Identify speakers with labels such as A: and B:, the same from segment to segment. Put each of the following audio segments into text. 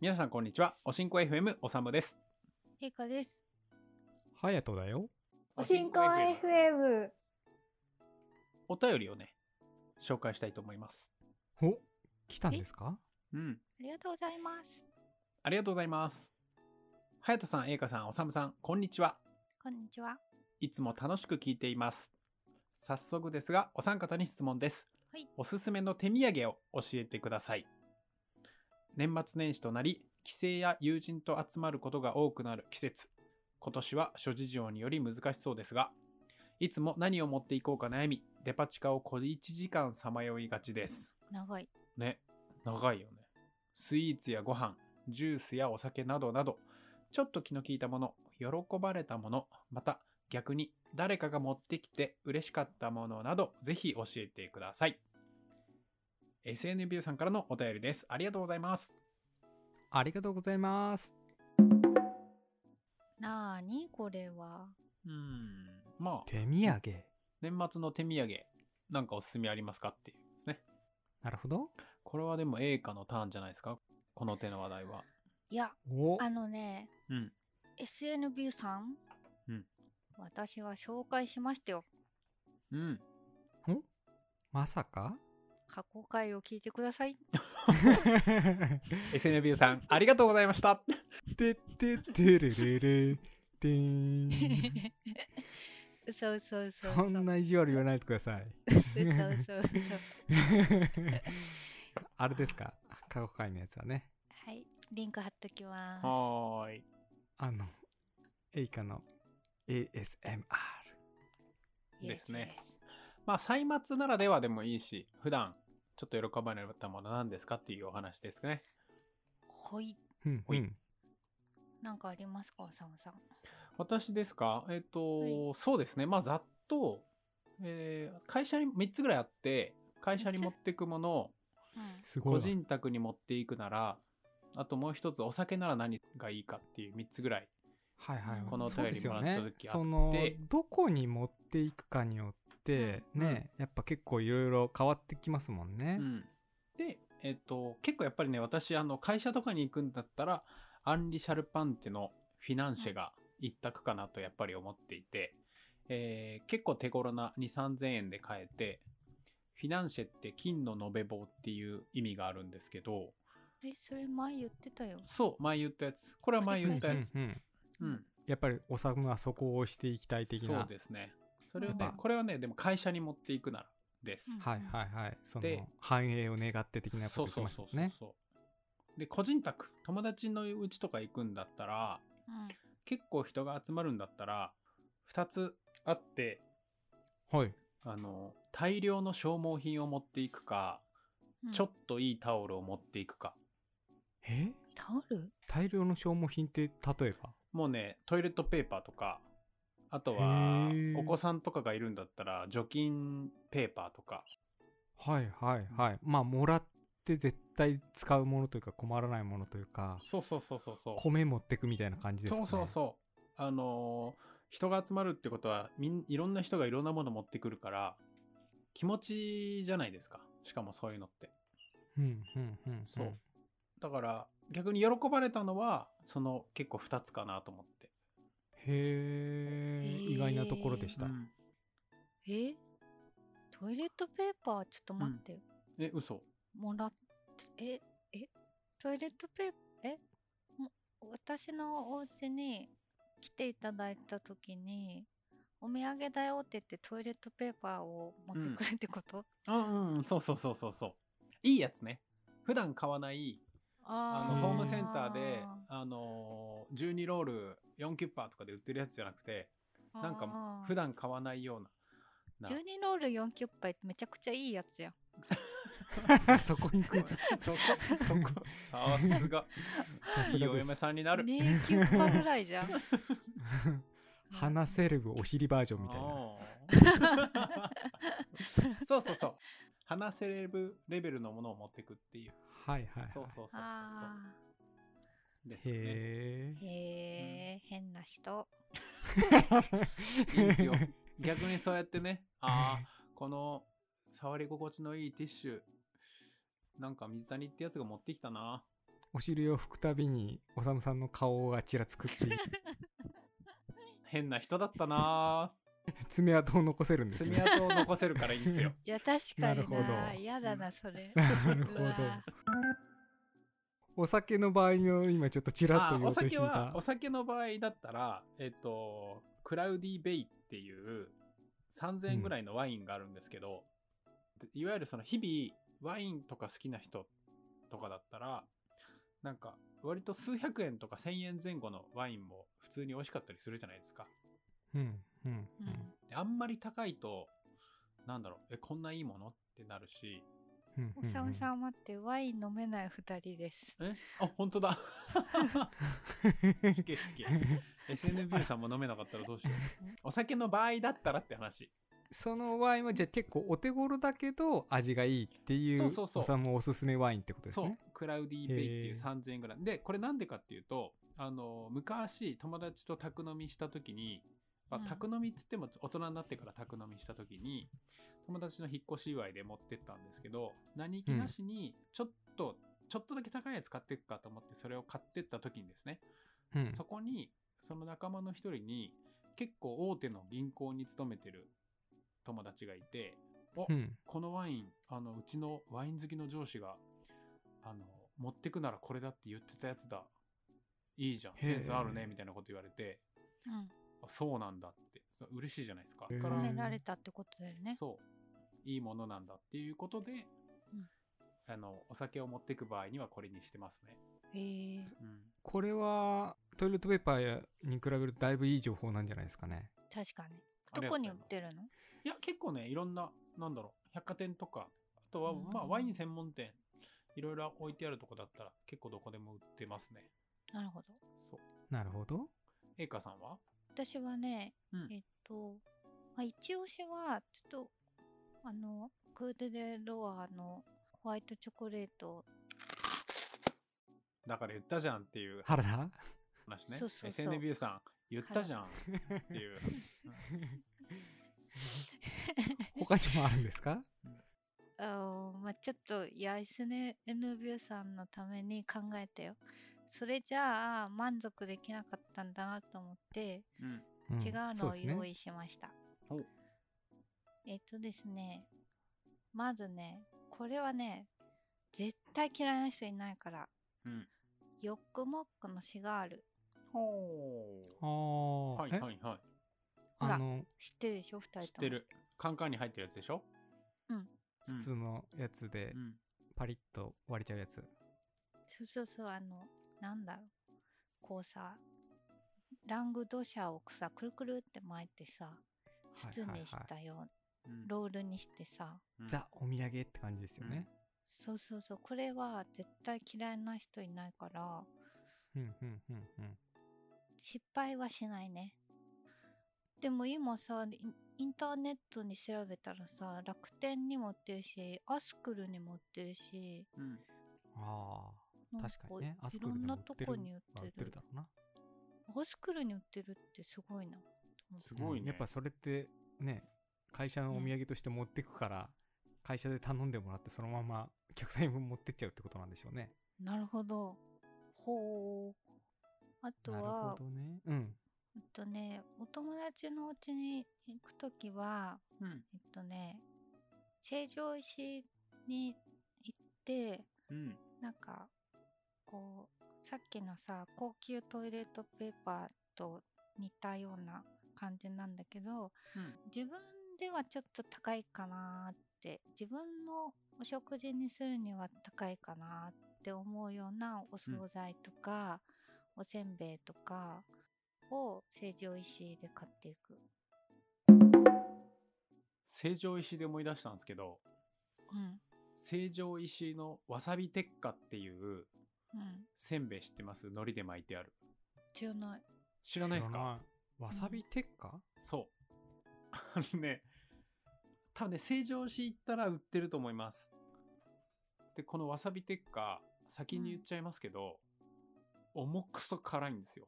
A: 皆さんこんにちはおしんこ FM おさむです
B: いいかです。
C: ハヤトだよ。
D: おしんこ FM。
A: お便りをね紹介したいと思います
C: お、来たんですか
A: うん
B: ありがとうございます。
A: ありがとうございますはやとさんえいかさんおさむさんこんにちは
B: こんにちは。
A: いつも楽しく聞いています早速ですがお三方に質問です、
B: はい
A: おすすめの手土産を教えてください年末年始となり帰省や友人と集まることが多くなる季節今年は諸事情により難しそうですがいつも何を持っていこうか悩みデパ地下を小1時間さまよいがちです
B: 長い。
A: ね長いよねスイーツやご飯ジュースやお酒などなどちょっと気の利いたもの喜ばれたものまた逆に誰かが持ってきて嬉しかったものなどぜひ教えてください SNB さんからのお便りですありがとうございます
C: ありがとうございます。
B: なーにこれは。
A: うんまあ
C: 手土産。
A: 年末の手土産なんかおすすめありますかっていうですね
C: なるほど。
A: これはでも A かのターンじゃないですかこの手の話題はい
B: や、
C: お、
B: あのね、
A: うん
B: SNB さん。
A: うん
B: 私は紹介しましたよ。
A: うん
C: まさか
B: 過去回を聞いてください。
A: SNB さんありがとうございました
C: てってってるるる。てーん。
B: 嘘嘘嘘嘘。
C: そんな意地悪言わないでください。
B: 嘘嘘嘘。
C: あれですか過去回のやつはね。
B: はい。リンク貼っときます。
A: はーい
C: あの、エイカの
B: イ
C: ASMR。
B: エス
A: ですね
B: イエス。
A: まあ、歳末ならではでもいいし、普段ちょっと喜ばれたものなんですかっていうお話ですね。
B: ほい。
C: うん、
A: ほい
C: うん。
B: なんかありますか、サムさん。
A: 私ですかえっ、と、
B: はい
A: そうですね。まあ、ざっと、えー会社に3つぐらいあって、会社に持ってくもの、
B: う
C: すご
A: 個
C: いわ。
A: 人宅に持っていくなら、あともう一つお酒なら何がいいかっていう3つぐらい。
C: はいはい、
A: このお
C: そう
A: 便
C: で
A: り
C: す
A: も
C: よ
A: らっ
C: ね
A: た時あって
C: そのどこに持っていくかによってね、やっぱ結構いろいろ変わってきますもんね、
A: うん、で、えっ、と、結構やっぱりね、私、あの、会社とかに行くんだったら、アンリ・シャルパンテのフィナンシェが一択かなとやっぱり思っていて、えー結構手頃な2、3000円で買えて、フィナンシェって金の延べ棒っていう意味があるんですけど、
B: ん。え、それ前言ってたよ。
A: そう、前言ったやつ。これは前言ったやつ。
C: うんうん
A: うん。
C: やっぱりおさむはそこを押していきたい的な
A: そうですね。それを
C: や
A: ね
C: っぱ、
A: これはね、でも会社に持っていくならです。
B: うん
C: はいはいはいその
A: で
C: 繁栄を願って的なこと言ってましたもんね
A: そうそうそうそうで個人宅友達のうちとか行くんだったら
B: うん。
A: 結構人が集まるんだったら2つあって
C: はい
A: あの大量の消耗品を持っていくか、
B: うん
A: ちょっといいタオルを持っていくか
C: え
B: タオル
C: 大量の消耗品って例えば
A: もうねトイレットペーパーとかあとは
C: へー
A: お子さんとかがいるんだったら除菌ペーパーとか
C: はいはいはいまあもらって絶対使うものというか困らないものというか
A: そうそうそうそうそう
C: 米持ってくみたいな感じですか、
A: そ
C: ね、
A: うそうそうあのー人が集まるってことはみんいろんな人がいろんなもの持ってくるから気持ちじゃないですかしかもそういうのって
C: ううんうんうん、うん、
A: そうだから逆に喜ばれたのはその結構2つかなと思って、
C: へえ
B: へー
C: 意外なところでした、
B: えトイレットペーパーちょっと待って、
A: え嘘
B: もらってええトイレットペーパーえも私のお家に来ていただいた時にお土産だよって言ってトイレットペーパーを持ってくるってこと、
A: あうんうんそうそうそうそうそういいやつね普段買わないあ
C: ー
A: の
C: あ
A: ホームセンターであのー12ロール4キュッパーとかで売ってるやつじゃなくてなんか普
B: 段
A: 段買わないようなな
B: 12ロール4キュッパーってめちゃくちゃいいやつやん
C: そこに 食いつ
A: そこ、そこ、さすが。
C: さす
A: いい
C: が
A: お
C: で
A: 嫁
C: す
A: さんになる。
B: 2キュッパーぐら いじゃん
C: 花セレブお尻バージョンみたいな
A: あ ーそうそうそう。話せレブレベルのものを持ってくっていう。
C: はいはいはい
A: そうそうそうそうそ
B: ああ
A: う。ですよね。
C: へえ
B: へえ、変な人。
A: いいですよ。逆にそうやってね、ああ、この触り心地のいいティッシュ、なんか水谷ってやつが持ってきたな。
C: お尻を拭くたびにおさむさんの顔がちらつくっていう
A: 変な人だったな
C: 爪痕を残せるん
A: ぁ
C: です
A: 爪
C: ね
A: 痕を残せるからいいんですよ
B: いや確か
C: なる
B: に
C: ほど
B: な嫌だな それ
C: なるほど
B: うわ
C: お酒の場合の今ちょっとちらっと
A: あ
C: 言
A: お
C: おうとし
A: 酒
C: てい
A: は
C: た
A: お酒の場合だったらえっとクラウディベイっていう3000円ぐらいのワインがあるんですけど、でいわゆるその日々ワインとか好きな人とかだったらなんか割と数百円とか1000円前後のワインも普通に美味しかったりするじゃないですか
C: うんうん
B: う
C: うんん
A: であんまり高いとなんだろうえこんないいものってなるし
C: うん
B: おさむさん待ってワイン飲めない二人です
A: えあ本当 だ引け引け SNB さんも飲めなかったらどうしようお酒の場合だったらって話
C: そのワインはじゃあ結構お手頃だけど味がいいっていう
A: そうそうそう
C: おさむおすすめワインってことです
A: そう
C: ね。
A: クラウディベイってい
C: へ
A: う
C: ー
A: 3000円ぐらいでこれなんでかっていうとあの昔友達と宅飲みした時に、まあ
B: うん
A: 宅飲みっつっても大人になってから宅飲みした時に友達の引っ越し祝いで持ってったんですけど何気なしにちょっと、ちょっとだけ高いやつ買ってくかと思ってそれを買ってった時にですね
C: うん
A: そこに、その仲間の一人に、結構大手の銀行に勤めてる友達がいて、お、
C: うん
A: このワイン、あの、うちのワイン好きの上司が、あの、持ってくならこれだって言ってたやつだ。いいじゃん、
C: へ
A: セ
C: え
A: ンスあるね、みたいなこと言われて、
B: うん
A: あそうなんだって、そう嬉しいじゃないですか。
C: へえ
A: だから
B: 褒められたってことだよね
A: そう、いいものなんだっていうことで、
B: うん
A: あの、お酒を持ってく場合にはこれにしてますね。
B: へえ
A: うん
C: これはトイレットペーパーに比べるとだいぶいい情報なんじゃないですかね。
B: 確かに
A: あ
B: ど
A: りがとう
B: こ
A: ござ
B: に
A: い
B: 売っ
A: ます
B: てるの
A: いや、結構ね、いろんな、なんだろう、百貨店とか、あとは、
B: うん
A: まあ、ワイン専門店、いろいろ置いてあるとこだったら、結構どこでも売ってますね。
B: なるほど
A: そう。
C: なるほど。
A: エイカさんは
B: 私はね、
A: うん
B: えっと、まあ、一押しは、ちょっと、あの、クーデレロアのホワイトチョコレート、
A: だから言ったじゃんっていう
C: 原田
A: 話ね。
B: そうそうそう
A: SNB さん、言ったじゃんっていう。
C: 他にもあるんですか
B: あのまあ、ちょっと、いや、SNB さんのために考えたよ。それじゃあ、満足できなかったんだなと思って、
A: うん。
C: ん
B: 違う
C: そ
B: のを
C: うですね
B: 用意しました。
A: ほう
B: えっとですね、まずね、これはね、絶対嫌いな人いないから、
A: うん。
B: ヨックモックのシガール。
A: ほ
C: あ
A: う。
C: あ、
A: はい
C: え
A: はいは
B: ほら
C: あの
B: 知ってるでしょ、二人と
A: い。
B: も。
A: 知ってる。カンカンに入ってるやつでしょうん
C: 筒のやつで
A: うん。
C: パリッと割れちゃうやつ。
B: そうそうそう、あの、なんだろう。こうさ、ラングドシャをさ、くるくるって巻いてさ、筒にしたよ、
A: うん
B: ロールにしてさ、
A: うん
C: ザお土産って感じですよね。
B: そうそうそう、これは絶対嫌いな人いないから、
C: うんうんうんうん。
B: 失敗はしないね。でも今さ、インインターネットに調べたらさ、楽天にも売ってるし、アスクルにも売ってるし、
A: うん。
C: ああ、
B: なん
C: 確かにね。アス
B: い
C: ク
B: ろ
C: ル
B: ん
C: で
B: な
C: も売っ
B: と
C: てる
B: こに売って
C: は売
B: る。
C: ってるだろうな。
B: アスクルに売ってるってすごいな。
A: すごい
C: うん
A: ね。
C: やっぱそれってね会社のお土産として持ってくから、会社で頼んでもらってそのままお客さんに持ってっちゃうってことなんでしょうね。
B: なるほど。ほう。あと
C: なる
B: は
C: ほ、どね。うん。
B: えっとね、お友達のお家に行くときは、
A: うん。
B: えっとね、成城石井に行って、
A: うん。
B: なんか、こう、さっきのさ、高級トイレットペーパーと似たような感じなんだけど、
A: うん
B: 自分ではちょっと高いかなーって自分のお食事にするには高いかなーって思うようなお惣菜とか、おせんべいとかを成城石井で買っていく。
A: 成城石井で思い出したんですけど、
B: うん
A: 成城石井のわさび鉄火っていう
B: うん、
A: せんべい知ってます海苔で巻いてある。
B: 知らない。
A: 知らないですか
C: 知らないわさび鉄火
A: そう。あのね、多分ね、成城石井行ったら売ってると思います。で、このわさび鉄火、先に言っちゃいますけど、重くそ辛いんですよ。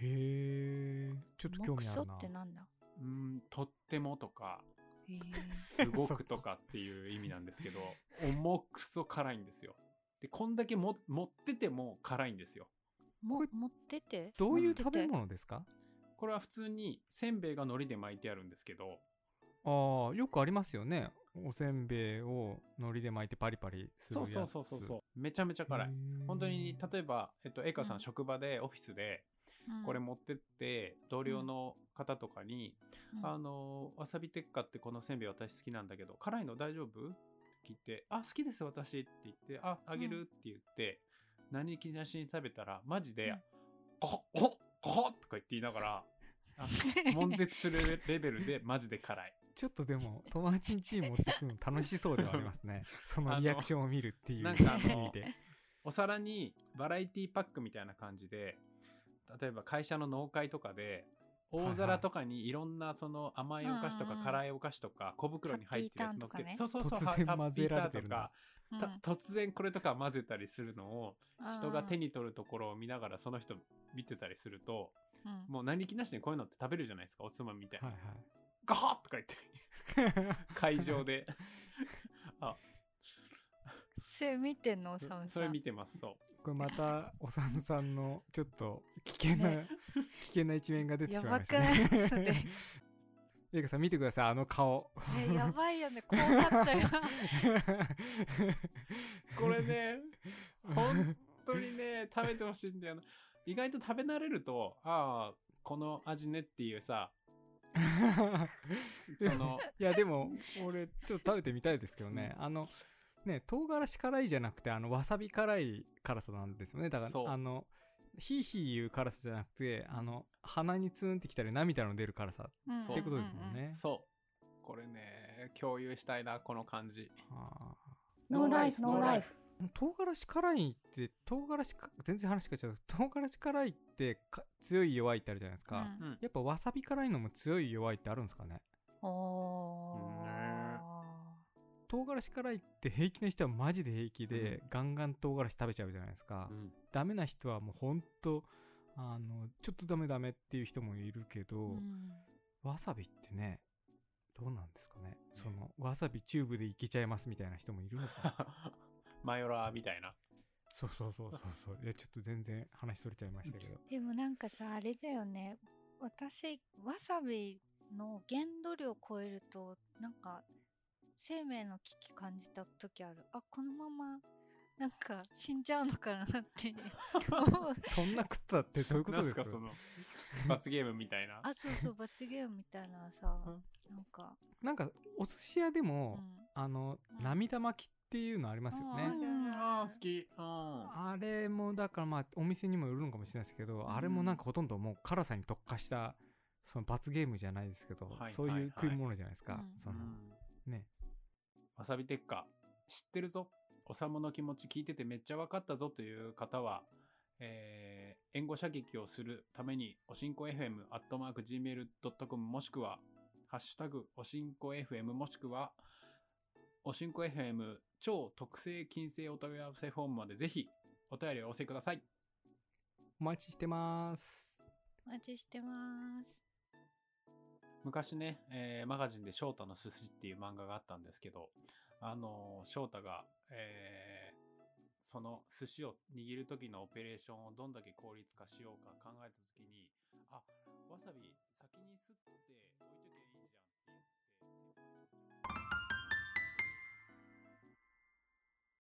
C: へえ。ちょっと興味ある
B: 目
C: な
B: 標っ。てなんだ
A: うーん、とってもとか、
B: へー
A: すごくとかっていう意味なんですけど、重くそ辛いんですよ。でこんだけも持ってても辛いんですよ
B: も
C: これ
B: 持ってて
C: どういう
B: 持
C: 食
B: ってて
C: べ物ですか
A: これは普通にせんべいが海苔で巻いてあるんですけど
C: ああ、よくありますよね。おせんべいを海苔で巻いてパリパリする
A: そ
C: や
A: う
C: つ。
A: そうそうそうそうめちゃめちゃ辛い
C: へー
A: 本当に例えば、えっと、エイカさ
B: うんん
A: 職場でオフィスで
B: うん
A: これ持ってって同僚の方とかに
B: うん
A: あのわさびテッカってこのせんべい私好きなんだけど辛いの大丈夫って聞いて「あ好きです私」って言って「ああげ
B: うん
A: る」って言って、何気なしに食べたらマジ
B: う
A: で
B: ん
A: 「コホコホコホ」とか言って言いながらあ悶絶するレベルでマジで辛い
C: ちょっとでも、友達ん家に持ってくの楽しそうではありま すね。そのリアクションを見るっていう
A: あ
C: 意
A: のなん
B: かあ
A: の
C: 味で。
A: お皿にバラエティパックみたいな感じで例えば会社の農会とかで大
C: はいは
A: 皿
C: い
A: とかにいろんなその甘いお菓子とか
B: うんうんうん
A: 辛いお菓子とか小袋に入ってるやつのっけ
B: ハッピーターン
A: てそ
B: とかね
A: うそうそう
C: 突然
A: ハッ
C: 混ぜられてるん
A: ハッピーターとか
C: だ
A: た突然これとか混ぜたりするのを
B: うん
A: 人が手に取るところを見ながらその人見てたりすると
B: うん
A: もう何気なしにこういうのって食べるじゃないですかおつまみみたい
C: は
A: な。
C: い
A: ガハッとか言って
C: はい。
A: 会場であ
B: それ見てんのおさむさん
A: それ見てますそう
C: これまた、おさむさんのちょっと危険な、
B: ね
C: 危険な一面が出てしまいました
B: やばくない それ
C: ね。ゆうかさん見てください、あの顔。
B: ねやばいよね怖かったよ
A: これね 本当にね食べてほしいんだよな意外と食べ慣れるとああこの味ねっていうさそ の
C: いやでも俺ちょっと食べてみたいですけどね、あのね唐辛子辛いじゃなくてあのわさび辛い辛さなんですよねだか
A: そう
C: らあのひいひい言う辛さじゃなくてあの鼻にツーンってきたり涙の出る辛さっ
B: うん
A: そう
C: てことですもんね、
A: そうこれね共有したいなこの感じ
C: あ
D: ノーライフ、ノーライフ。
C: ー唐辛子辛いって唐辛子か全然話変わっちゃう唐辛子辛いってか強い弱いってあるじゃないですか、
A: うん
C: やっぱわさび辛いのも強い弱いってあるんですかね
B: うんおー
C: 唐辛子辛いって平気な人はマジで平気で、ガンガン唐辛子食べちゃうじゃないですか、
A: うん
C: ダメな人はもうほんとあのちょっとダメダメっていう人もいるけど、
B: うん
C: わさびってねどうなんですかねそのわさびチューブでいけちゃいますみたいな人もいるのかな
A: マヨラーみたいな
C: そうそうそうそうそういやちょっと全然話それちゃいましたけど
B: でもなんかさあれだよね私わさびの限度量を超えるとなんか生命の危機感じた時あるあこのままなんか死んじゃうのかなって 思う
C: そんな食ったってどういうこと
A: なん
C: です
A: す
C: か
A: かその罰ゲームみたいな
B: あそうそう罰ゲームみたいなさ
A: うん
B: なんか、
C: なんかお寿司屋で
B: うん
C: も、、あの
B: うん
C: 涙巻きっていうのありますよね、
B: うん
A: ああ好きうん
C: あれもだからまあお店にもよるのかもしれないですけど、
B: ん
C: あれもなんかほとんどもう辛さに特化したその罰ゲームじゃないですけど、
A: はいはいはい
C: そういう食い物じゃないですか、
B: うん
C: そのね
A: わさびテッカ知ってるぞおさむの気持ち聞いててめっちゃ分かったぞという方は、えー援護射撃をするためにおしんこ FM アットマーク Gmail.com もしくはハッシュタグおしんこ FM もしくはおしんこ FM 超特製金製お問い合わせフォームまでぜひお便りをお寄せください
C: お待ちしてます
B: お待ちしてます
A: 昔ね、えーマガジンで翔太のすすじっていう漫画があったんですけど、あのー翔太が、えーその寿司を握る時のオペレーションをどんだけ効率化しようか考えた時に、あ、わさび先にすって置いとけば